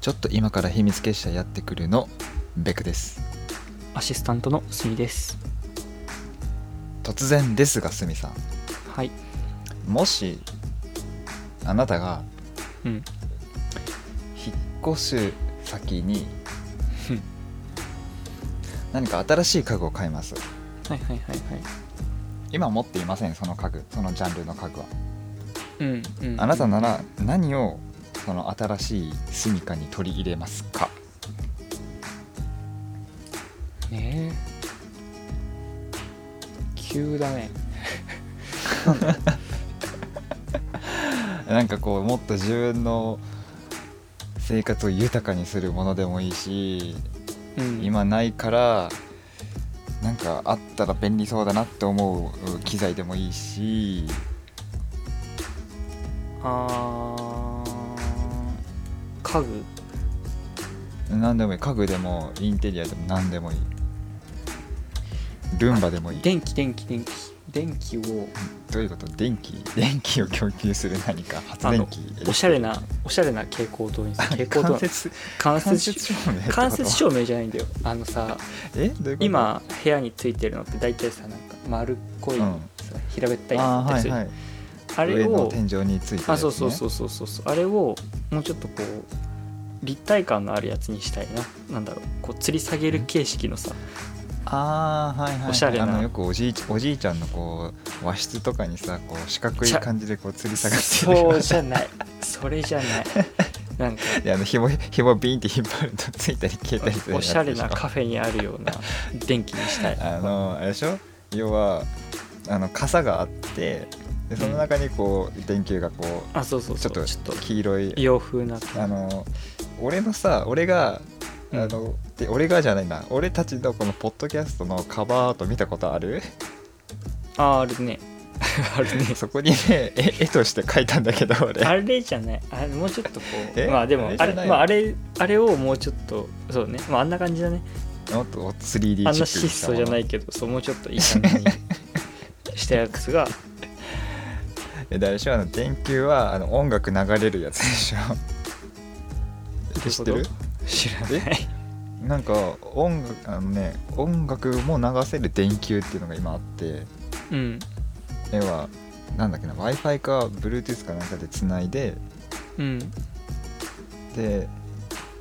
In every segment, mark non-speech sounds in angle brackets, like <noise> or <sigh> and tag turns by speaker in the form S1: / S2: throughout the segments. S1: ちょっと今から秘密結社やってくるのベクです
S2: アシスタントのすみです。
S1: 突然ですがすみさん
S2: はい。
S1: もしあなたが
S2: うん。
S1: 引っ越す先に
S2: ふん
S1: 何か新しい家具を買います
S2: はいはいはいはい。
S1: 今持っていませんその家具そのジャンルの家具は
S2: うん、うん。
S1: あなたなら何をその新しい住みかに取り入れますか
S2: ねえ。急だね。
S1: なんかこうもっと自分の生活を豊かにするものでもいいし
S2: うん。
S1: 今ないからなんかあったら便利そうだなって思う機材でもいいし
S2: あー家具
S1: 何でもいい家具でもインテリアでも何でもいいルンバでもいい
S2: 電気電気電気電気を
S1: どういうこと電気電気を供給する何か発電機
S2: おしゃれなおしゃれな蛍光灯にさ蛍光
S1: 間
S2: 灯
S1: 接
S2: 間
S1: 間
S2: 接
S1: 接
S2: 照
S1: 照明ってこと
S2: 間接照明じゃないんだよあのさ
S1: えどういうこと
S2: 今部屋についてるのって大体さなんか丸っこいさ、
S1: うん
S2: 平べったい
S1: あ
S2: の
S1: ー
S2: あ
S1: はい
S2: ったりする
S1: はい
S2: あれ
S1: 上の
S2: を
S1: 天井についてるやつね、
S2: あそうそうそうそうそうそうあれをもうちょっとこう立体感のあるやつにしたいななんだろうこう吊り下げる形式のさ
S1: ああはいはいはい
S2: おしゃれな
S1: あのよくおじいちおじいちゃんのこう和室とかにさこう四角い
S2: ちゃ
S1: 感じでこう吊り下がってるよ
S2: そうじゃない <laughs> それじゃないなんか
S1: <laughs> であの紐紐ビーンって引っ張るとついたり消えたりするや
S2: お
S1: つ
S2: しゃれな
S1: でょ
S2: カフェにあるような電気にしたい
S1: あのあれでしょ要はあの傘があってでその中にこう、電球がこう
S2: あそうそう
S1: ち
S2: そ
S1: ょっと
S2: うちょっと
S1: 黄色い
S2: 洋風な感
S1: あの俺のさ俺があ
S2: うん
S1: の、で俺がじゃないな俺たちのこのポッドキャストのカバーアート見たことある <laughs>
S2: ああるね <laughs> あるね
S1: そこにね絵絵として描いたんだけど俺
S2: あれじゃないあれもうちょっとこ
S1: え
S2: うまあでも
S1: あ
S2: あ
S1: れ
S2: れ
S1: じゃないの
S2: まあ、あれあれをもうちょっとそうね、まあ、あんな感じだね
S1: もっと 3D
S2: あん
S1: チ
S2: な
S1: ックにし
S2: 質
S1: た
S2: 素
S1: も
S2: じ
S1: の
S2: ゃないけどそうもうちょっといい感じにしたやつが
S1: えであれでしょあの電球はあの音楽流れるやつでし
S2: <laughs>
S1: ょ知ってる
S2: 知らない
S1: なんか音楽あのね音楽も流せる電球っていうのが今あって
S2: うん
S1: 要はなんだっけな w i f i か Bluetooth かなんかでつないで
S2: うん
S1: で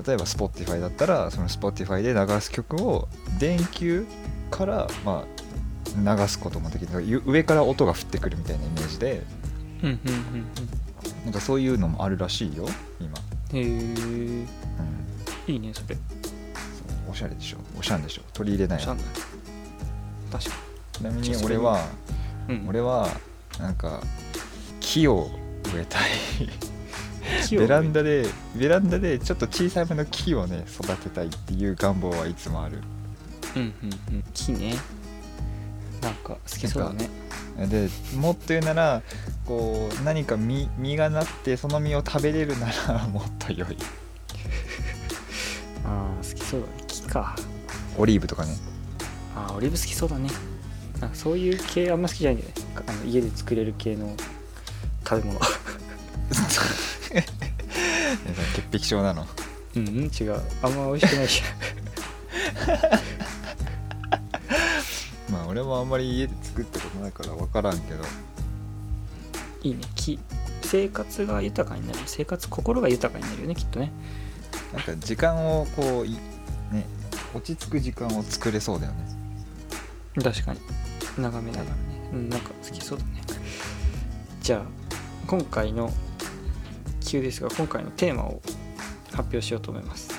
S1: 例えば Spotify だったらその Spotify で流す曲を電球からまあ流すこともできるだからゆ上から音が降ってくるみたいなイメージで
S2: うんうん
S1: なんかそういうのもあるらしいよ今、
S2: うんうんへ
S1: うん、
S2: えいいねそれ
S1: そうおしゃれでしょおしゃんでしょ取り入れない
S2: 知ら
S1: よ
S2: ない確か
S1: ちなみに俺は
S2: に、うん、
S1: 俺はなんか木を植 <laughs> えたい
S2: 木を
S1: ベランダでベランダでちょっと小さめの木をね育てたいっていう願望はいつもある
S2: うんうんうん木ねなんか好きそうだね
S1: でもっと言うならこう何か実実がなってその実を食べれるなら <laughs> もっと良い
S2: ああ好きそうだね木か
S1: オリーブとか <laughs> ね
S2: ああオリーブ好きそうだねなんかそういう系あんま好きじゃないんだよねあの家で作れる系の食べ物
S1: 皆さん潔癖症なの
S2: うんうん違うあんま美味しくないし
S1: まあ俺もあんまり家で作ったことないから分からんけど
S2: いいね木生活が豊かになる生活心が豊かになるよねきっとね
S1: なんか時間をこういね落ち着く時間を作れそうだよね
S2: 確かに眺めながらね、うん、なんか好きそうだねじゃあ今回の急ですが今回のテーマを発表しようと思います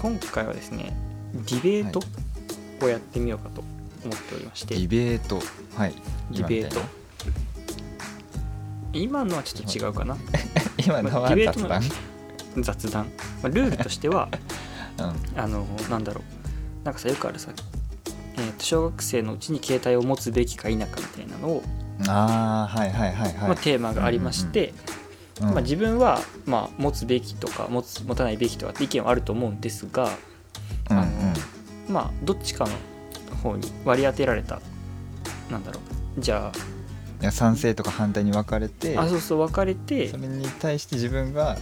S2: 今回はですねディベート
S1: は
S2: をやってみようかと思っておりまして、
S1: ディベートはい
S2: ディベート今のはちょっと違うか <laughs> な
S1: 今のは
S2: ディベート
S1: 雑
S2: の
S1: 談、
S2: 雑談、まあ、ルールとしては
S1: うん、
S2: あのなんだろうなんかさよくあるさ、えーと小学生のうちに携帯を持つべきか否かみたいなのを、
S1: ああはいはいはいはい、
S2: まあ、テーマがありまして、
S1: うん
S2: まあ、自分は、まあ、持つべきとか持つ持たないべきとかって意見はあると思うんですが、
S1: うんう
S2: あ
S1: ん
S2: のまあ、どっちかの方に割り当てられたなんだろうじゃ
S1: いや賛成とか反対に分かれて
S2: ああそうそう分かれて
S1: それに対して自分が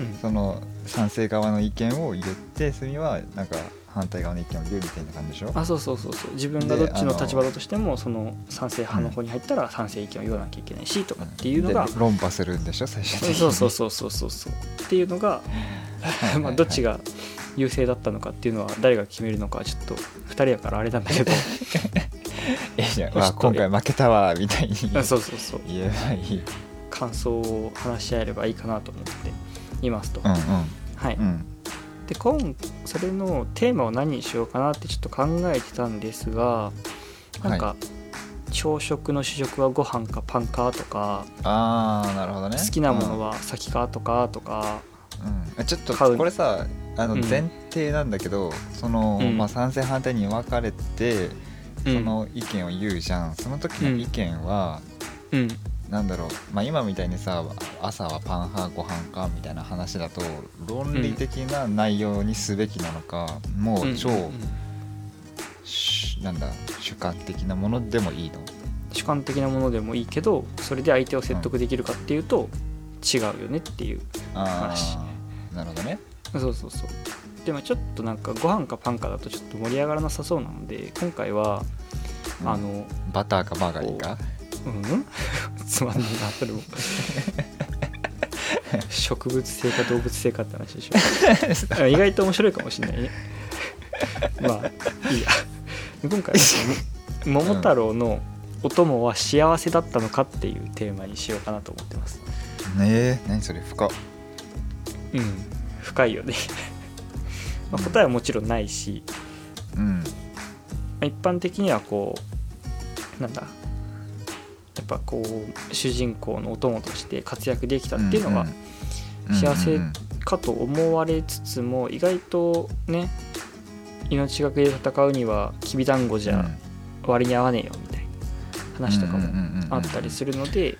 S2: うん
S1: その賛成側の意見を言ってすみはなんか反対側の意見を言うみたいな感じでしょ
S2: あそうそうそうそう自分がど
S1: で
S2: っちの
S1: あの
S2: 立場だとしてもその賛成派の方に入ったら賛成意見を言わなきゃいけないしとか
S1: ん
S2: っていうのが、
S1: で論破するんでしょ最終的に
S2: そうそうそうそうそうそうっていうのが
S1: いはい
S2: <laughs> まあどっちが優勢だったのかっていうのは誰が決めるのかはちょっと2人やからあれなんだ
S1: <laughs>
S2: けど
S1: えじゃあ
S2: まあ
S1: わ今回負けたわみたいに
S2: あ <laughs> そうそうそう
S1: 言えばいい
S2: 感想を話し合えればいいかなと思っていますと、
S1: うん
S2: はい、
S1: うんうん
S2: で今それのテーマを何にしようかなってちょっと考えてたんですがなんか、
S1: は
S2: 朝食の主食はご飯かパンかとか
S1: ああなるほどね
S2: 好きなもの、は先かとかとか、
S1: うんうんちょっと
S2: 買う
S1: これさあの
S2: うん
S1: 前提なんだけど、その、
S2: うん
S1: まあ、賛成反対に分かれて
S2: うん、
S1: その意見を言うじゃん、その時の意見は、
S2: うん
S1: なんだろう、まあ、今みたいにさ朝はパン派ご飯かみたいな話だと論理的な内容にすべきなのか、もう超、
S2: うん
S1: しなんだ主観的なものでもいいの
S2: 主観的なものでもいいけどそれで相手を説得できるかっていうと違うよねっていう
S1: あ
S2: 話
S1: ーなるほどね
S2: そうそうそうでもちょっとなんかご飯かパンかだとちょっと盛り上がらなさそうなので今回は
S1: うん
S2: あの
S1: バターかマーガリンか
S2: うん <laughs> つまんねえなそれも植物性か動物性かって話でしょ意外と面白いかもしれないねまあいいや今回は「桃太郎のお供は幸せだったのか?」っていうテーマにしようかなと思ってます
S1: ねえ何それ深っ
S2: うん深いよねまあ答えはもちろんないし、
S1: うん
S2: まあ一般的にはこうなんだやっぱこう主人公のお供として活躍できたっていうのは
S1: んうん
S2: 幸せ
S1: うんうん
S2: かと思われつつも意外とね命がけで戦うにはきびだんごじゃ割に合わねえよみたいな話とか
S1: うんうん
S2: も
S1: うんうん
S2: あったりするので、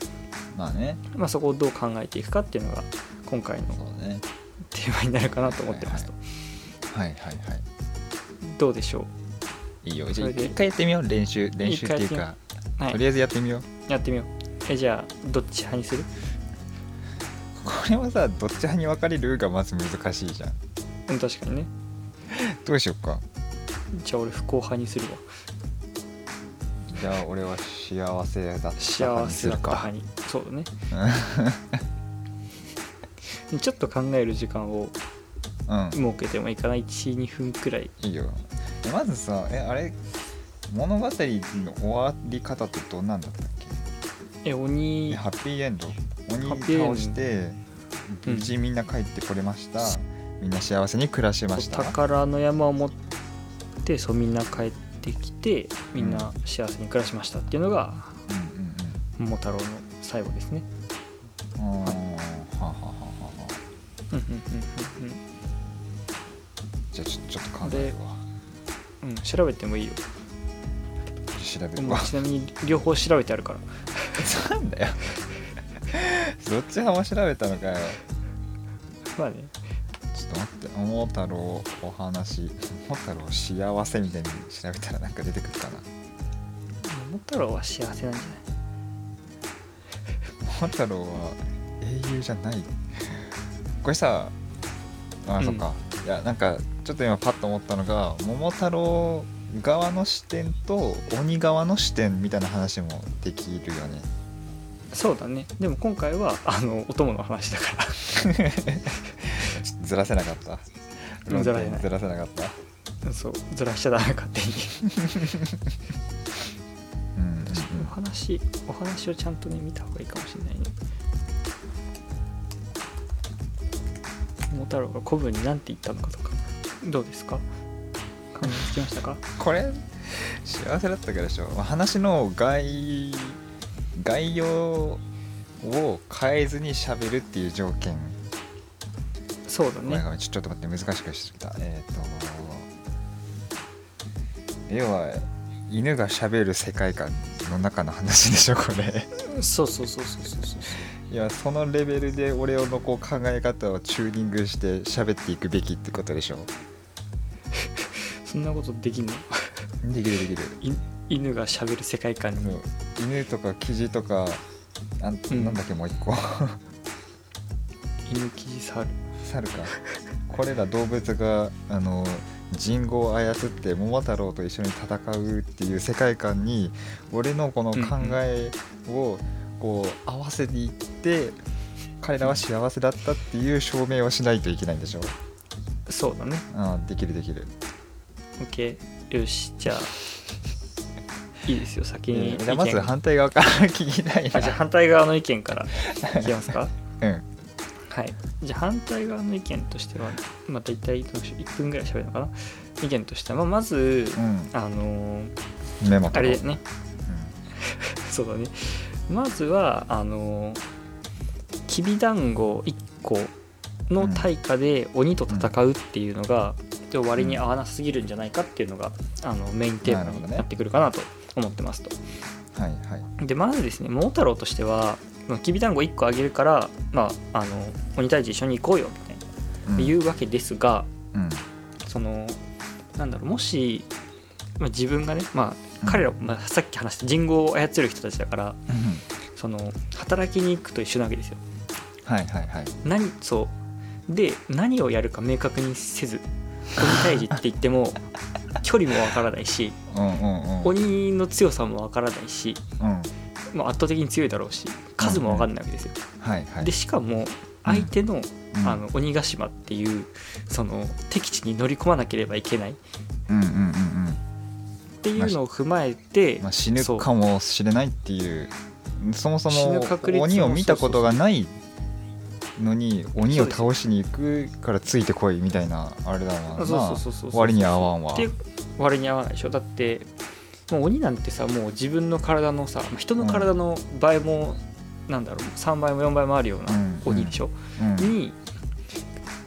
S1: まあね
S2: まあ、そこをどう考えていくかっていうのが今回の
S1: そうね
S2: テーマになるかなと思ってますと、
S1: はいはいは
S2: どうでしょ
S1: いいいよじゃあ
S2: それで
S1: 一回やってみよう練習練習っていう
S2: 一回
S1: か、
S2: う、は
S1: とり
S2: い、
S1: あえずやってみよう
S2: やってみようえじゃあどっち派にする
S1: これはさどっち派に分かれるがまず難しいじゃん
S2: うん確かにね
S1: どうしよっか
S2: じゃあ俺不幸派にするわ
S1: じゃあ俺は幸せだった派
S2: 幸
S1: に
S2: せ
S1: す
S2: だ
S1: る
S2: った派
S1: か
S2: にそう
S1: <laughs>
S2: だねちょっと考える時間を
S1: うん
S2: 設けてもいいかな12分くらい
S1: いいよえまずさえあれ物語の終わり方ってどんなんだったっ
S2: え
S1: けえ
S2: 鬼
S1: ハッピーエンド鬼
S2: ハッピーエンド
S1: 倒して
S2: うん
S1: 無事みんな帰ってこれました、みんな幸せに暮らしました
S2: 宝の山を持ってそうみんな帰ってきてみんな幸せに暮らしましたっていうのが
S1: うん
S2: 桃太郎の最後ですね
S1: うんうんあーはあはあはあはあ
S2: うんうん
S1: じゃあちょちょっと考えるわ
S2: うんうんうん調べてもいいよ
S1: 調べる
S2: も
S1: わ
S2: うちなみに両方調べてあるから
S1: なん
S2: <laughs>
S1: だよどっち派も調べたのかよ
S2: まあね
S1: ちょっと待って桃太郎お話桃太郎幸せみたいに調べたらなんか出てくるかな
S2: 桃太郎は幸せなんじゃない
S1: 桃太郎は英雄じゃないこれさあ、
S2: うん
S1: そっかいやなんかちょっと今パッと思ったのが桃太郎側の視点と鬼側の視点みたいな話もできるよね
S2: そうだねでも今回はあのお供の話だから
S1: ちょっとずらせなかった
S2: うんずらせない
S1: 論点ずらせなかった
S2: そうずらしちゃダメ勝手に
S1: うん
S2: お話お話をちゃんとね見た方がいいかもしれないね桃太郎が古文に何て言ったのかとかどうですか考えつきましたか
S1: これ幸せだったからでしょ話の概概要を変えずに喋るっていう条件
S2: そうだ
S1: ごめん
S2: ね
S1: ごめんちょちょっと待って難しくしすぎたえっ、と要は犬が喋る世界観の中の話でしょこれ <laughs>
S2: そうそうそうそうそうそう
S1: いやそのレベルで俺のこう考え方をチューニングして喋っていくべきってことでしょ
S2: そんなことできんの
S1: できるできる
S2: い犬がしゃべる世界観
S1: も
S2: に
S1: う犬とかキジとかなん
S2: うん
S1: なんだっけもう一個
S2: 抜き猿
S1: 猿かこれら動物があの人語を操って桃太郎と一緒に戦うっていう世界観に俺のこの考えをこう合わせていって彼らは幸せだったっていう証明をしないといけないんでしょ
S2: そうだね
S1: あーできるできる
S2: OK よしじ
S1: <laughs>
S2: ゃあいいですよ先
S1: え
S2: に意
S1: ー
S2: 見
S1: じゃあまず反対側から聞きたい
S2: あじゃ
S1: な
S2: あ反対側の意見からいきますか
S1: うん
S2: はいじゃあ反対側の意見としてはまあ大体どうしよう1分ぐらい喋るのかな意見としては、まあ、まず、
S1: うん
S2: あのー
S1: メモと
S2: あ
S1: か
S2: れね <laughs>
S1: う
S2: そうだねまずはあのきびだんご1個の対価で鬼と戦うっていうのが、で割に合わなすぎるんじゃないかっていうのがあのメインテーマ
S1: なるほ
S2: に
S1: どね
S2: なってくるかなと思ってますと。
S1: んはいはい
S2: でまずですね桃太郎としてはまあきびだんご1個あげるから、まあ、あの鬼退治一緒に行こうよみたい
S1: うん
S2: な言うわけですが
S1: うん
S2: そのなんだろうもし、まあ、自分がね、まあ、彼ら、まあ、さっき話した人語を操る人たちだから
S1: うん
S2: その働きに行くと一緒なわけですよ
S1: はいはいはい
S2: 何そうで何をやるか明確にせず鬼退治って言っても <laughs> 距離もわからないし
S1: うんうんうん
S2: 鬼の強さもわからないし、
S1: うん
S2: まあ、圧倒的に強いだろうし数もわかんないわけですよ、
S1: はいはい
S2: でしかも相手の,、
S1: うん
S2: あの鬼ヶ島っていうその敵地に乗り込まなければいけないっ
S1: うんうんうんうん
S2: ていうのを踏まえて、
S1: まあ、死ぬ
S2: そう
S1: かもしれないっていうそもそ
S2: 死ぬ
S1: も
S2: 確率も
S1: 鬼を見たことがないのに鬼を倒しに行くからついてこいみたいなあれだな
S2: そうそうそうそうそう
S1: 割に合わんわ
S2: って割に合わないでしょだってもう鬼なんてさもう自分の体のさまあ人の体の倍も、なんだろう3倍も4倍もあるよう
S1: う
S2: な
S1: ん
S2: 鬼でしょ、
S1: うんうん
S2: に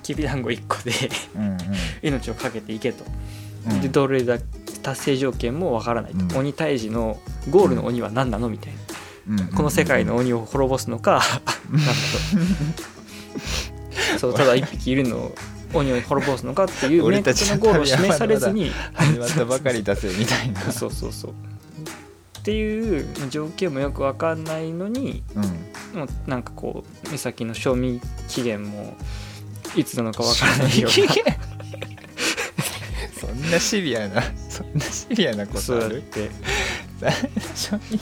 S2: きびだんご1個で <laughs>
S1: うん
S2: 命を懸けていけと、
S1: うん
S2: でどれだ達成条件もわからないと、
S1: うん
S2: 鬼退治のゴールの鬼は何なのみたいな、
S1: うんうん
S2: この世界の鬼を滅ぼすのかなんだとそうただ1匹いるのを鬼を滅ぼすのかっていう明
S1: 俺た
S2: 確
S1: ち
S2: なゴールを示されずに
S1: 始まったばかりだぜみたいな
S2: そうそうそう。っていう条件もよく分かんないのに
S1: うん
S2: も <laughs> うなんかこう目先の賞味期限もいつなのか分からないよ
S1: 賞味期
S2: う
S1: <laughs> そんなシビアなそんなシビアなこ
S2: なそう
S1: と
S2: や
S1: あ
S2: っ
S1: る
S2: て
S1: 正直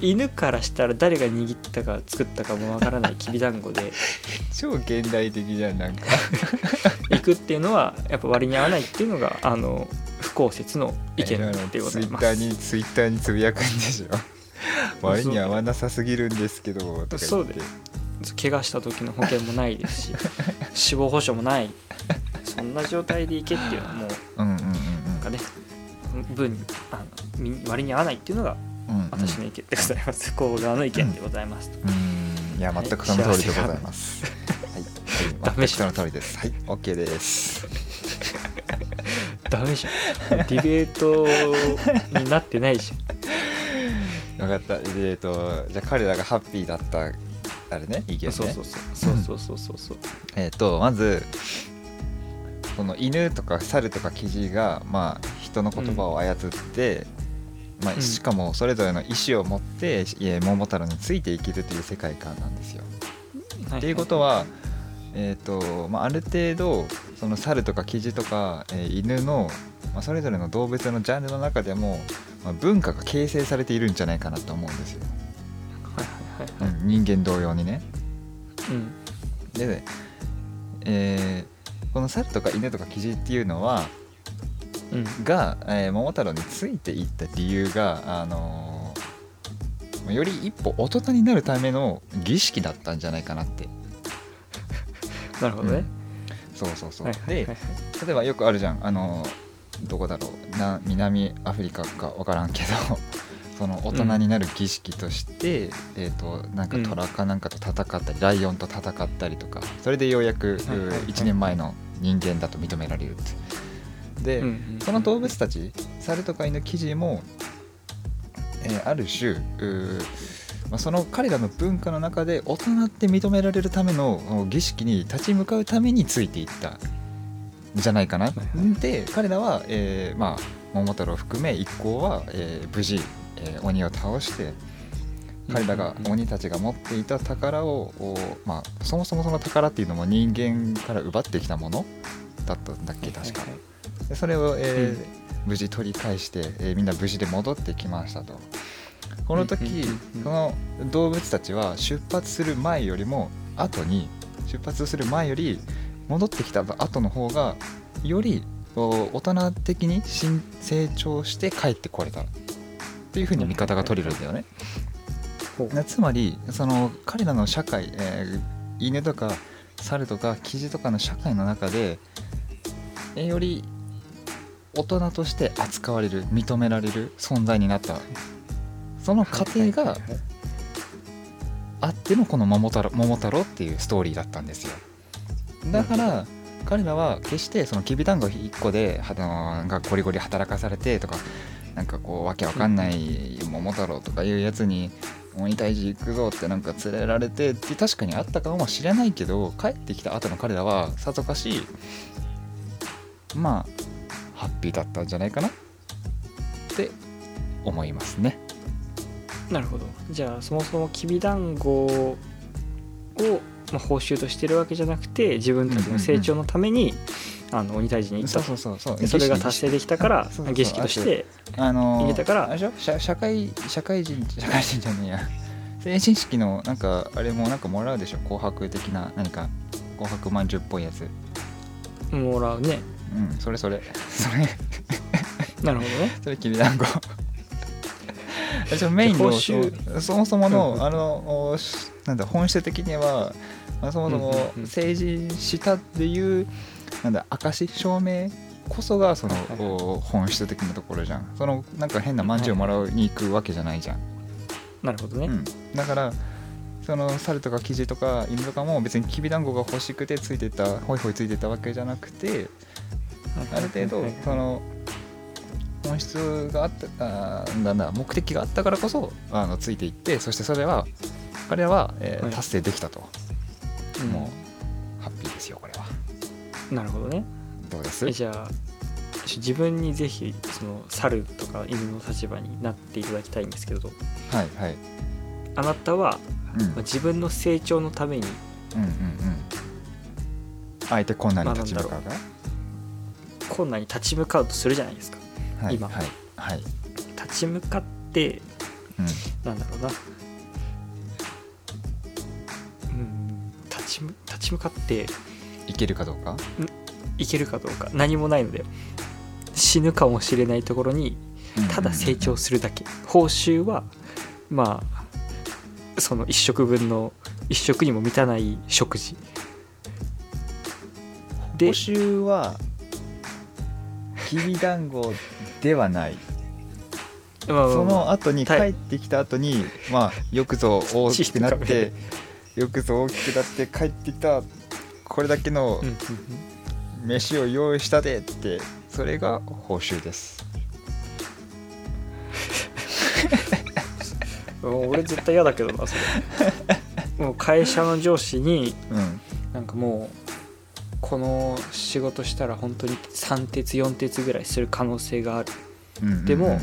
S2: 犬からしたら誰が握ったか作ったかも分からないきびだんごで
S1: <laughs> 超現代的じゃんなんか
S2: 行くっていうのはやっぱ割に合わないっていうのがあの不公説の意見でございま
S1: ツイッター
S2: す。
S1: にツイッターにつぶやくんで
S2: <laughs>
S1: しょ割に合わなさすぎるんですけどとか言って
S2: そうだよ怪我した時の保険もないです
S1: <laughs>
S2: し死亡保障もないそんな状態で行けっていうのはもう
S1: うんうんうん
S2: なんかね分にあのみ割に合わないっていうのが
S1: うんうんうん
S2: 私の意見でござい
S1: <laughs>
S2: ます、向こう側の意見でございます、
S1: うんいや全くその通りでございますはい、
S2: <laughs> ダ
S1: はい、全く
S2: メじ
S1: そ
S2: ゃん
S1: の通りですはい OK です
S2: ダメじゃんディベートになってないじ
S1: 分かったでえっとじゃあ彼らがハッピーだったあれね意見
S2: ゃ
S1: ね
S2: んそうそうそうそうそうそうそうそう
S1: えっ、とまずこの犬とか猿とかキジが、まあ、人の言葉を操って、ま
S2: うん
S1: あ、しかもそれぞれの意思を持って、えー桃太郎についていけるという世界観なんですよ。
S2: は
S1: っていうことは、えーとまあ、ある程度その猿とかキジとか、えー犬の、まあ、それぞれの動物のジャンルの中でも、まあ、文化が形成されているんじゃないかなと思うんですよ、
S2: はいはいは
S1: う
S2: いはい
S1: ん、人間同様にね。
S2: うん
S1: で、えーこの猿とか犬とかキジっていうのは
S2: うん
S1: が、えー桃太郎についていった理由が、あのーより一歩大人になるための儀式だったんじゃないかなって。
S2: なるほどね、
S1: そうそうそう、
S2: はいは
S1: で
S2: いはいはい
S1: 例えばよくあるじゃん、あのーどこだろうな南アフリカか分からんけど <laughs> その大人になる儀式として、えー、となんかトラかなんかと戦ったり、ライオンと戦ったりとかそれでようやく
S2: はいはいはい
S1: 1年前の人間だと認められるって。で、
S2: うんうんうん
S1: その動物たち猿とか犬記事も、えーある種うーまあ、その彼らの文化の中で大人って認められるための儀式に立ち向かうためについていったんじゃないかな。
S2: いはい
S1: で彼らは、えーまあ、桃太郎を含め一行は、えー無事、えー鬼を倒して彼らが
S2: うんうんうん
S1: 鬼たちが持っていた宝を、おまあ、そもそもその宝っていうのも人間から奪ってきたものだったんだっけ確か
S2: はいはいはい
S1: でそれを、えー
S2: うん
S1: 無事取り返して、えーみんな無事で戻ってきましたとこの時、
S2: うんうんうんうん
S1: その動物たちは出発する前よりも後に出発する前より戻ってきた後の方がよりお大人的に新成長して帰ってこれたっていうふうに見方が取れるんだよね。
S2: ほう
S1: なつまりその彼らの社会、えー犬とか猿とかキジとかの社会の中で、えーより大人として扱われる認められる存在になったその過程が
S2: はいはいはいはい
S1: あってのこの桃太郎「桃太郎」っていうストーリーだったんですよだから彼らは決してそのきびだんご1個であのーがゴリゴリ働かされてとかなんかこうわけわかんない「桃太郎」とかいうやつに「鬼退治行くぞ」ってなんか連れられてって確かにあったかもしれないけど帰ってきた後の彼らはさぞかしまあハッピーだったんじゃないかなって思いますね。
S2: なるほどじゃあそもそもきびだんごを、まあ、報酬としてるわけじゃなくて自分たちの成長のために、あの鬼退治に行った
S1: そう
S2: と
S1: そうそうそう
S2: でそれが達成できたから
S1: そうそうそう
S2: 儀式として
S1: あのー
S2: 入れたから
S1: あれでしょ社社会社会人社会人じゃねえや成人式のなんかあれもなんかもらうでしょ紅白的な何か紅白まんじゅうっぽいやつ
S2: もらうね
S1: うんそれそれ <laughs> それ
S2: なるほどね
S1: それきびだんご <laughs> 私はメイン
S2: 報
S1: の
S2: 酬
S1: そそもそも
S2: うんう
S1: の
S2: ん
S1: あのおしなんだ本質的には、まあ、そもそ
S2: うん
S1: も
S2: うんうん
S1: 成人したっていうなんだ証証明こそがその
S2: はいはいはい
S1: お本質的なところじゃんそのなんか変なまんじゅうもらうに行くわけじゃないじゃん
S2: なるほどね、
S1: うん、だからその猿とかキジとか犬とかも別にきびだんごが欲しくてついてたホイホイついてたわけじゃなくてある程度その本質があったあーなんだ目的があったからこそあのついていってそしてそれは彼らは、えー
S2: はい
S1: 達成できたと、
S2: うん
S1: もうハッピーですよこれは
S2: なるほどね
S1: どうです
S2: えじゃあ自分にぜひその猿とか犬の立場になっていただきたいんですけど
S1: はいはい、
S2: あなたは
S1: うん、
S2: まあ自分の成長のために
S1: うんうんうんあえてこんなに立ち向かうか、
S2: 困難に立ち向かうとするじゃないですか
S1: はい
S2: 今
S1: はいはい、
S2: 立ち向かって
S1: うん、
S2: なんだろうなうん立ちむ立ち向かって
S1: いけるかどうか
S2: いけるかどうか何もないので死ぬかもしれないところにただ成長するだけ報酬はまあその1食分の1食にも満たない食事
S1: 報
S2: で
S1: 酬はきびだんごではない
S2: まあまあまあ
S1: その後に帰
S2: は
S1: っ
S2: い
S1: てきた後にまあよくぞ大きくなっ
S2: ちっちゃい
S1: てよくぞ大きくなって帰ってきたこれだけの
S2: うんうん
S1: 飯を用意したでってそれが報酬です
S2: うんもう俺絶対嫌だけどなそれもう会社の上司に
S1: うん
S2: なんかもうこの仕事したら本当に3鉄4鉄ぐらいする可能性がある
S1: うんうんうんうん
S2: でも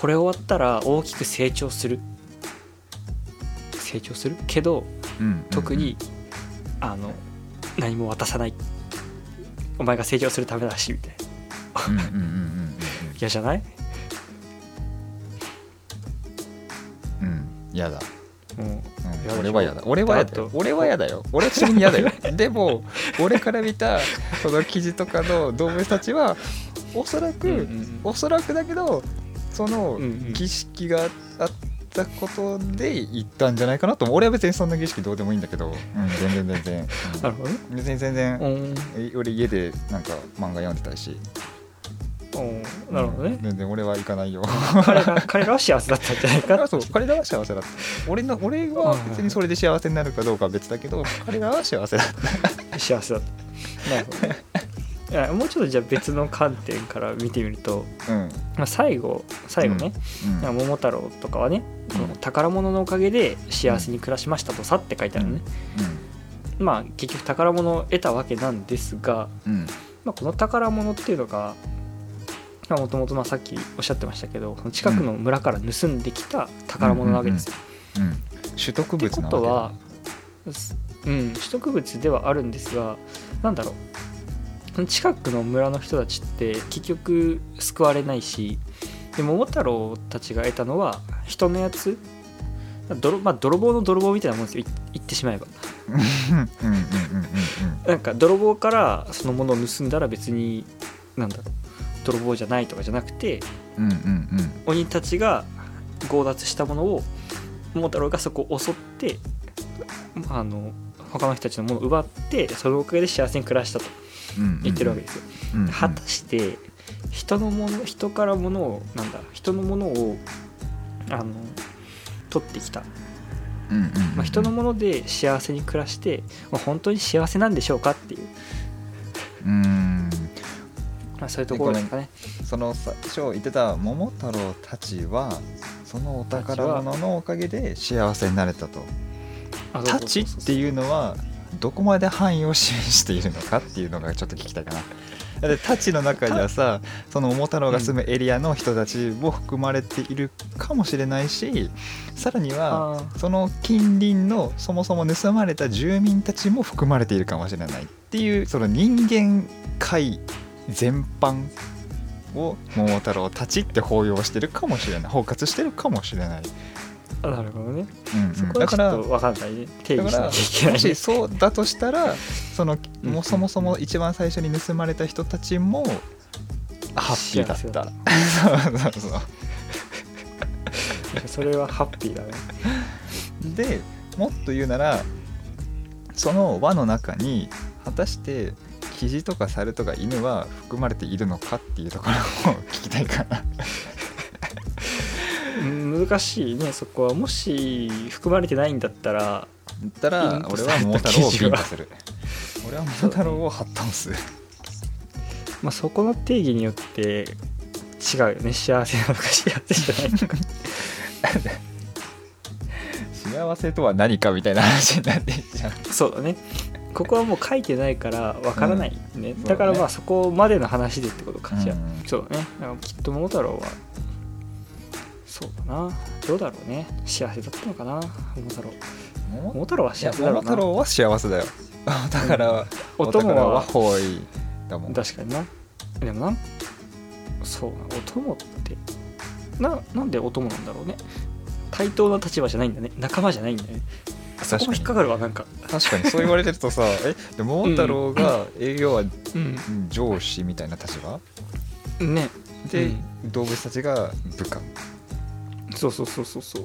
S2: これ終わったら大きく成長する成長するけど
S1: うんうんうん
S2: 特に、あの何も渡さないお前が成長するためだしみたいな
S1: うんうんうんうん
S2: 嫌じゃない
S1: うんうんうんやだ
S2: も
S1: うん
S2: やだでしょ
S1: 俺は嫌だ俺は嫌だ
S2: だ
S1: よ
S2: と
S1: 俺は嫌だよ俺はちなみに嫌だよでも俺から見たその記事とかの動物たちはおそらく、
S2: う、うん
S1: おそらくだけどその
S2: うんうん
S1: 儀式があったことで行ったんじゃないかなと思う俺は別にそんな儀式どうでもいいんだけど、うん、全然全然、
S2: なるほどね
S1: うん別に全
S2: う
S1: 然、
S2: ん
S1: え俺家でなんか漫画読んでたし
S2: うんなるほ
S1: う
S2: ど
S1: ん
S2: ね
S1: 全然俺は行かない
S2: <laughs>
S1: よ
S2: 彼ら彼らは幸せだったんじゃない
S1: 彼ら
S2: か
S1: はそう彼らは幸せだった俺の俺は別にそれで幸せになるかどうかは別だけど彼らは幸せだった
S2: 幸せだったなるほどねいやもうちょっとじゃあ別の観点から見てみると、
S1: うん
S2: まあ、最後最後ね、
S1: うん
S2: まあ桃太郎とかはね、
S1: うん
S2: この宝物のおかげで幸せに暮らしましたとさって書いてあるのね、まあ結局宝物を得たわけなんですが、
S1: うんうん
S2: まあ、この宝物っていうのがもともとさっきおっしゃってましたけどその近くの村から盗んできた宝物なわけですよ。
S1: うん、取得
S2: って
S1: 物
S2: こ
S1: な
S2: と
S1: わ
S2: は、うん、取得物ではあるんですがなんだろうその近くの村の人たちって結局救われないしで桃太郎たちが得たのは人のやつ泥,、まあ、泥棒の泥棒みたいなもんですよい言ってしまえば
S1: けだ。うんうんうんうんうん
S2: なんか泥棒からそのものを盗んだら別になんだろう泥棒じゃないとかじゃなくて
S1: うんうんうん
S2: 鬼たちが強奪したものを桃太郎がそこを襲ってあの他の人たちのものを奪ってそのおかげで幸せに暮らしたと
S1: うんうんうん
S2: 言ってるわけですよ。
S1: うんうん
S2: 果たして人のもの人からものをなんだ人のものをあの取ってきた、
S1: うんうんうん
S2: まあ、人のもので幸せに暮らして、まあ、本当に幸せなんでしょうかっていう、
S1: うん
S2: まあ、そういうところですかね。
S1: その最初言ってた桃太郎たちはそのお宝物のおかげで幸せになれたと「たち」って
S2: う
S1: いうのはどこまで範囲を示しているのかっていうのがちょっと聞きたいかな。だって太刀の中にはさその桃太郎が住むエリアの人たちも含まれているかもしれないしさらには
S2: あ
S1: その近隣のそもそも盗まれた住民たちも含まれているかもしれないっていうその人間界全般を桃太郎たちって抱擁してるかもしれない包括してるかもしれない、
S2: ーなるほどね。
S1: うんうん
S2: そこ
S1: だ
S2: は
S1: か
S2: ちょっ
S1: ら
S2: と分かんないね。定
S1: だ
S2: 義
S1: か
S2: しな
S1: ら
S2: きゃいけ
S1: も
S2: ないね
S1: し。そうだとしたらその
S2: うん
S1: もうそもそも一番最初に盗まれた人たちもハッピーだ
S2: 幸せ
S1: っ
S2: だった
S1: そうそうそう
S2: それはハッピーだね。
S1: でもっと言うならその輪の中に果たしてキジとかサルとか犬は含まれているのかっていうところを聞きたいかな。
S2: うん難しいねそこはもし含まれてないんだったら
S1: だったら俺は桃太郎をビンタする。俺は桃太郎を発動する。
S2: まあそこの定義によって違うよね幸せなのか幸せじゃないのか
S1: 幸せとは何かみたいな話になっていっちゃう。 <laughs>
S2: そうだねここはもう書いてないからわからないね、
S1: ん
S2: だからま
S1: そうだ
S2: あそこまでの話でってことかじゃあ、
S1: うん
S2: そうだねだからきっと桃太郎はそうだなどうだろうね幸せだったのかな桃太郎桃
S1: 桃
S2: 太郎はい
S1: や
S2: 幸せだ
S1: 桃
S2: ろうな
S1: 太郎は幸せだよ。 <laughs> だから
S2: お
S1: お宝
S2: 供
S1: は
S2: は
S1: 方位だもん。
S2: 確かになでもなんそうなお供ってななんでお供なんだろうね対等な立場じゃないんだね仲間じゃないんだねそこも引っかかるわなんか
S1: 確かにそう言われてるとさ <laughs> えでも桃太郎が営業は
S2: うん
S1: 上司みたいな立場
S2: ね
S1: で、
S2: うん
S1: 動物たちが部下
S2: そうそうそうそう <laughs> そう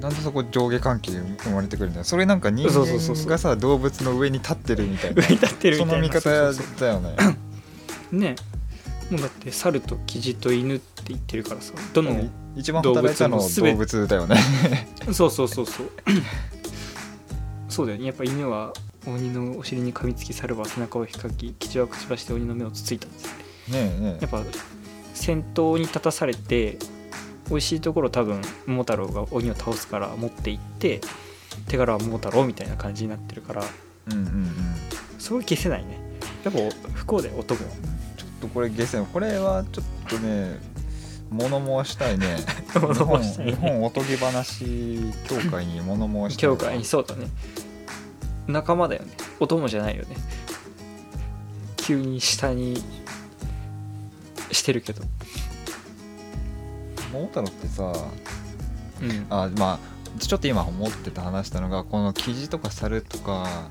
S1: なんでそこ上下関係生まれてくるんだよそれなんか人
S2: そうそうそうそ
S1: 間
S2: う
S1: がさ動物の上に立ってるみたいな
S2: 上に立ってる <laughs> みたいな
S1: その見
S2: そうそう
S1: 方だよね
S2: そうねもうだって猿とキジと犬って言ってるからさどの
S1: 一番働いたの
S2: 動物の全て
S1: 動物だよね
S2: そうそうそうそう <coughs> そうだよねやっぱ犬は鬼のお尻に噛みつき猿は背中を引っかきキジはくちばしで鬼の目をつついた
S1: <laughs> ねえね
S2: やっぱ先頭に立たされて美味しいところ多分桃太郎が鬼を倒すから持って行って手柄は桃太郎みたいな感じになってるから
S1: えうんうんうん
S2: すごい消せないねやっぱ不幸だよ男は
S1: ちょっとこれ下船これはちょっとね物申したいね
S2: <laughs> 物申したいね
S1: 日本日本おとぎ話協会に物申したい
S2: 教会にそうだね仲間だよねお供じゃないよね急に下にしてるけど、
S1: 桃太郎ってさ
S2: うん、
S1: あまあちょっと今思ってた話したのがこのキジとか猿とか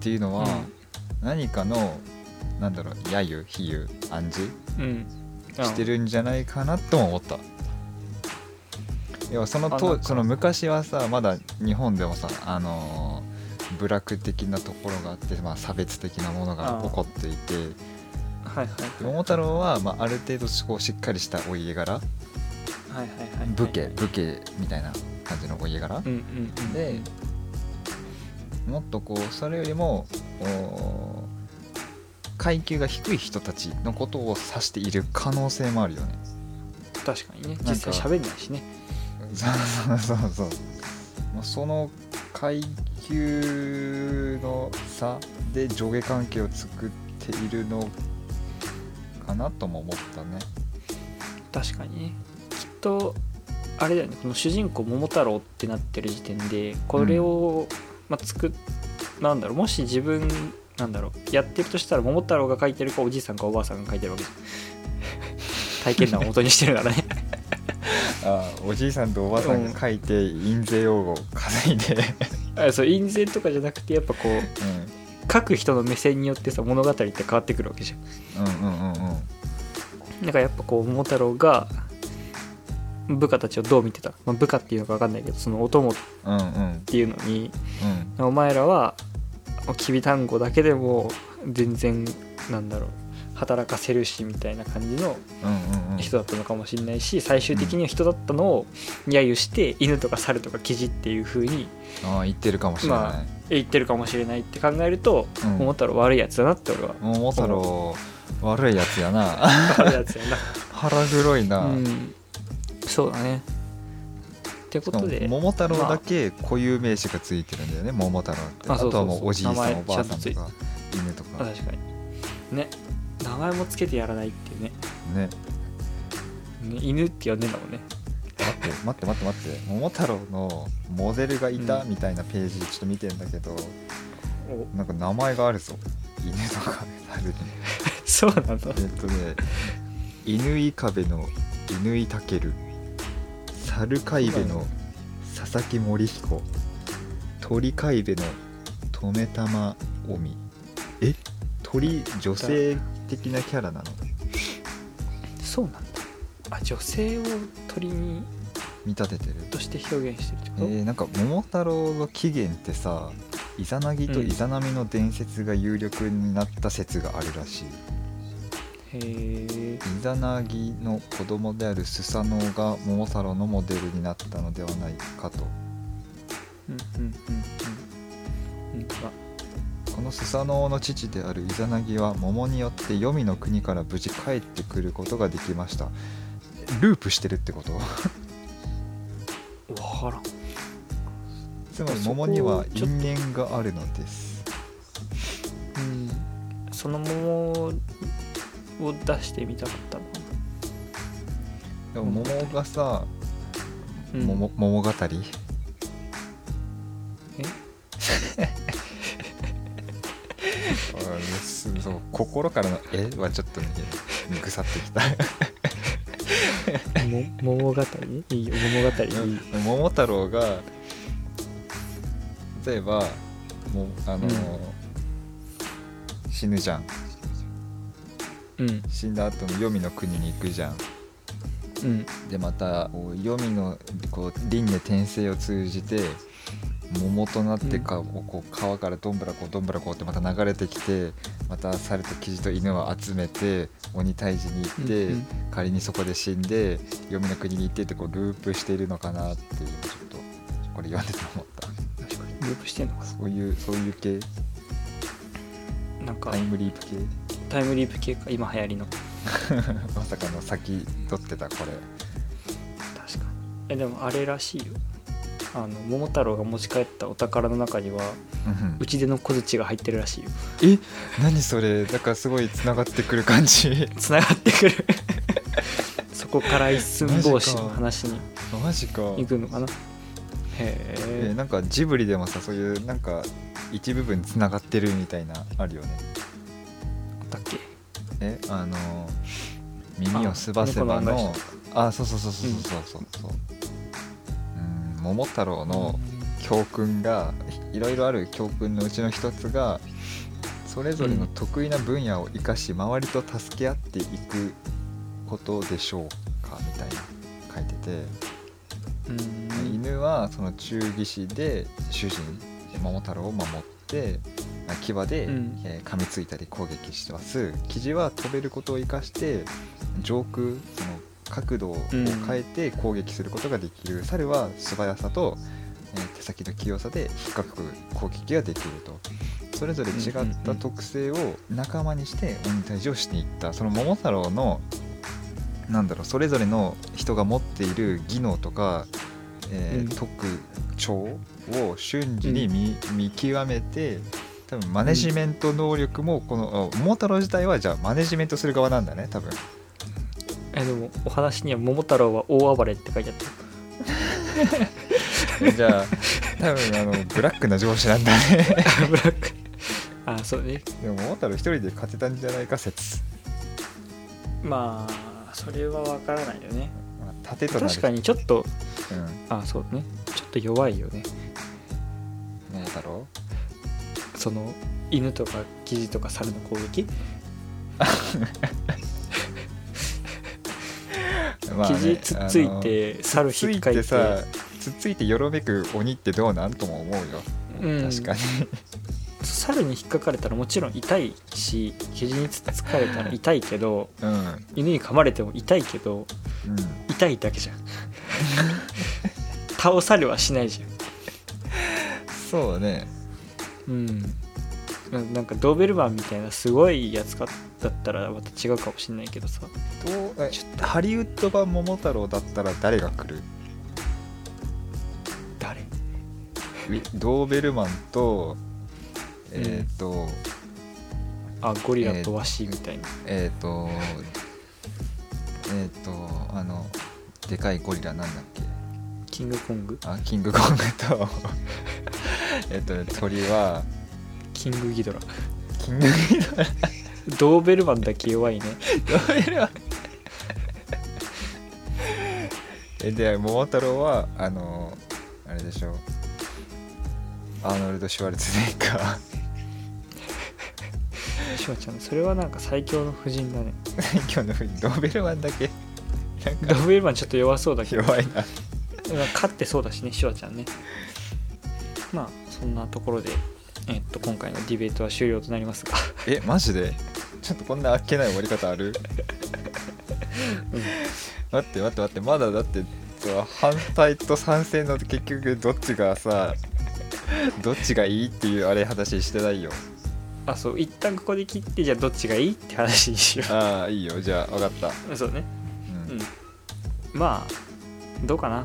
S1: っていうのは何かの、なんだろう揶揄比喩暗示
S2: うん、うん
S1: してるんじゃないかなとも思った。要はその
S2: あな
S1: と
S2: んか
S1: その昔はさまだ日本でもさあのー部落的なところがあって、まあ、差別的なものが起こっていて
S2: はいはいはい
S1: 桃太郎は、まあ、ある程度こうしっかりしたお家柄
S2: はいはいはいはい
S1: 武家武家みたいな感じのお家柄
S2: うんうんうん
S1: でもっとこうそれよりもお階級が低い人たちのことを指している可能性もあるよね。
S2: 確かに
S1: な
S2: ね
S1: んか
S2: 実際喋んないしね
S1: <laughs> そうそうそうそう。まあその階級の差で上下関係を作っているのかなとも思ったね
S2: 確かにねきっとあれだよねこの主人公桃太郎ってなってる時点でこれを、まあ、作っなんだろうもし自分なんだろうやってるとしたら桃太郎が書いてるかおじいさんかおばあさんが書い <laughs> てるわけじゃん体験談を元にしてるか
S1: <laughs>
S2: らね
S1: あーおじいさんとおばあさんが書いて印税用語を稼いで、
S2: あそう印税とかじゃなくてやっぱこう書く人の目線によってさ物語って変わってくるわけじゃん
S1: うん、うんうんうんうん
S2: だからやっぱこう桃太郎が部下たちをどう見てた、まあ、部下っていうのか分かんないけどそのお供っ
S1: うんうん
S2: ていうのに
S1: うん
S2: お前らはきびたんごだけでも全然なんだろう働かせるしみたいな感じの
S1: うんうんうん
S2: 人だったのかもしれないし最終的には人だったのを揶揄して犬とか猿とかキジっていう風に
S1: ああ言ってるかもしれない、
S2: まあ言ってるかもしれないって考えると
S1: うん
S2: 桃太郎悪いやつだなって俺は <laughs>
S1: 桃太郎悪いやつやな
S2: 悪いやつや
S1: 腹黒いな、
S2: な、うん、そうだねってこ
S1: しか
S2: と
S1: も
S2: で
S1: 桃太郎だけ固有名詞がついてるんだよね、桃太郎って
S2: あ
S1: あ
S2: そうそう
S1: と
S2: そ
S1: は
S2: う
S1: もうおじいさん
S2: 名前
S1: おばあさんと
S2: ちゃ
S1: か犬と
S2: あ
S1: か
S2: 確かにね名前もつけてやらないっていうね
S1: ね
S2: ね犬って呼んでんだもんね
S1: 待って待って待って待って桃太郎のモデルがいた
S2: うん
S1: みたいなページちょっと見てんだけど、なんか名前があるぞ犬とかあるね
S2: そうなんだ
S1: えっとね犬イカベの犬イタケル猿貝部の佐々木森彦鳥貝部の留玉臣え鳥女性的なキャラなの
S2: そうなんだあ女性を鳥に
S1: 見立ててる
S2: として表現してるってこ
S1: え
S2: と、
S1: ーなんか桃太郎の起源ってさイザナギとイザナミの伝説が有力になった説があるらしい、
S2: へ
S1: イ
S2: え
S1: ザナギの子供であるスサノオが桃太郎のモデルになったのではないかと
S2: うんうんうんうんうんあ
S1: このスサノオの父であるイザナギは桃によって黄泉の国から無事帰ってくることができましたループしてるってこと
S2: わからん
S1: <laughs> つまり
S2: そこ
S1: 桃には因
S2: ちょっと
S1: 縁があるのです
S2: うんその桃を出してみたかったな、
S1: でも桃がさ、
S2: うん
S1: 桃桃語り
S2: え
S1: あすそう心からの「え」はちょっとねぐさってきた
S2: も桃語りいいよ桃語りいい
S1: <laughs> 桃太郎が例えばもうあのー死ぬじゃん
S2: うん
S1: 死んだ後の黄泉の国に行くじゃん
S2: うん
S1: でまたこう黄泉のこう輪廻転生を通じて桃となってか、こう川からどんぶらこうどんぶらこうってまた流れてきてまた猿とキジと犬を集めて鬼退治に行って、
S2: うんうん
S1: 仮にそこで死んで黄泉の国に行ってってこうループしているのかなっていうちょっとこれ読んでて思った
S2: 確かにループしてんのか
S1: そういうそういう系
S2: ななんか
S1: タイムリープ系
S2: タイムリープ系か今流行りの
S1: <laughs> まさかの先取ってたこれ
S2: 確かにえでもあれらしいよあの桃太郎が持ち帰ったお宝の中には
S1: うん
S2: 打ち出の小槌が入ってるらしいよ
S1: え何それだからすごいつながってくる感じ
S2: つながって
S1: <laughs>
S2: くるそこから一寸法師の話に
S1: マジか
S2: 行くのかなへ
S1: えー
S2: え
S1: なんかジブリでもさそういうなんか一部分つながってるみたいなあるよね
S2: だっけ
S1: えあのー耳をすばせば
S2: あ猫の
S1: の
S2: 恩返
S1: あそうそうそうそうそうそうそううん桃太郎の教訓がいろいろある教訓のうちの一つがそれぞれの得意な分野を生かし周りと助け合っていくことでしょうかみたいな書いてて
S2: うん
S1: 犬はその忠義師で主人桃太郎を守って牙で、
S2: うん
S1: えー噛みついたり攻撃してます生地は飛べることを生かして上空その角度を
S2: うん
S1: 変えて攻撃することができる、猿は素早さと、えー手先の器用さで引っかく攻撃ができるとそれぞれ違
S2: うん
S1: っ
S2: うんう
S1: た
S2: ん
S1: 特性を仲間にして鬼退治をしていったその桃太郎のなんだろうそれぞれの人が持っている技能とか、えー
S2: うん
S1: 特徴を瞬時に見,、見極めて多分マネジメント能力もこのあ桃太郎自体はじゃあマネジメントする側なんだね
S2: <laughs>
S1: 多分
S2: えでもお話には「桃太郎は大暴れ」って書いてあった
S1: じゃあ多分あのブラックな上司なんだね <laughs>
S2: ブラックあそうね
S1: でも桃太郎一人で勝てたんじゃないか説、
S2: まあそれはわからないよね
S1: まあ、盾となる
S2: 確かにちょっと
S1: うん、
S2: あそうねちょっと弱いよね
S1: 桃太郎
S2: その犬とかキジとか猿の攻撃
S1: まあ
S2: キ
S1: ね
S2: ジつっついて猿
S1: つ
S2: 引
S1: い
S2: っかい
S1: て
S2: て
S1: さつっついてよろめく鬼ってどうなんとも思うよ、
S2: うん
S1: 確かに
S2: 猿に引っかかれたらもちろん痛いしキジにつつかれたら痛いけど
S1: うん、うん、
S2: 犬に噛まれても痛いけど痛いだけじゃん倒されはしないじ
S1: そうね
S2: ゃんうんななんかドーベルマンみたいなすごいやつかだったらまた違うかもしれないけどさ
S1: どうえちょっとハリウッド版桃太郎だったら誰が来る
S2: 誰
S1: ドーベルマンとえっ、と、
S2: あゴリラとワシみたいな、
S1: えっ、とえっ、とあのでかいゴリラなんだっけ
S2: キングコング
S1: あキングコングと <laughs> えっとね鳥は
S2: キングギドラ
S1: キングギドラ
S2: ドーベルマンだけ弱いね
S1: ドーベルマン <laughs> えで桃太郎はあのあれでしょうアーノルド・シュワルツェネッガ
S2: シュワちゃんそれはなんか最強の婦人だね
S1: ー今日の風にドーベルマンだけなん
S2: ド
S1: か
S2: ーベルマンちょっと弱そうだけど
S1: 弱いな
S2: 勝ってそうだしねシュワちゃんねまあそんなところで、えっと、今回のディベートは終了となりますが、 <laughs>
S1: えマジでちょっとこんなあっけない終わり方ある待って待って待ってまだだって反対と賛成の結局どっちがさどっちがいいっていうあれ話してないよ
S2: あそう一旦ここで切ってじゃあどっちがいいって話にしよ
S1: ああいいよじゃあ分かった、う
S2: うそうね
S1: ん
S2: うんまあどうかな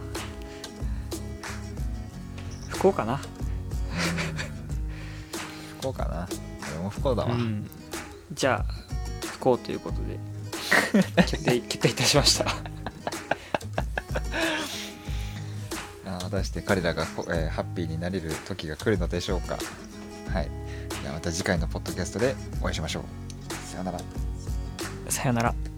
S2: 不幸かな
S1: 不幸かな俺も不幸だわ、
S2: うんじゃあ不幸ということ <laughs> で決定決定いたしました
S1: あー果たして彼らがこ、えーハッピーになれる時が来るのでしょうかはいじゃあまた次回のポッドキャストでお会いしましょうさようなら
S2: さよなら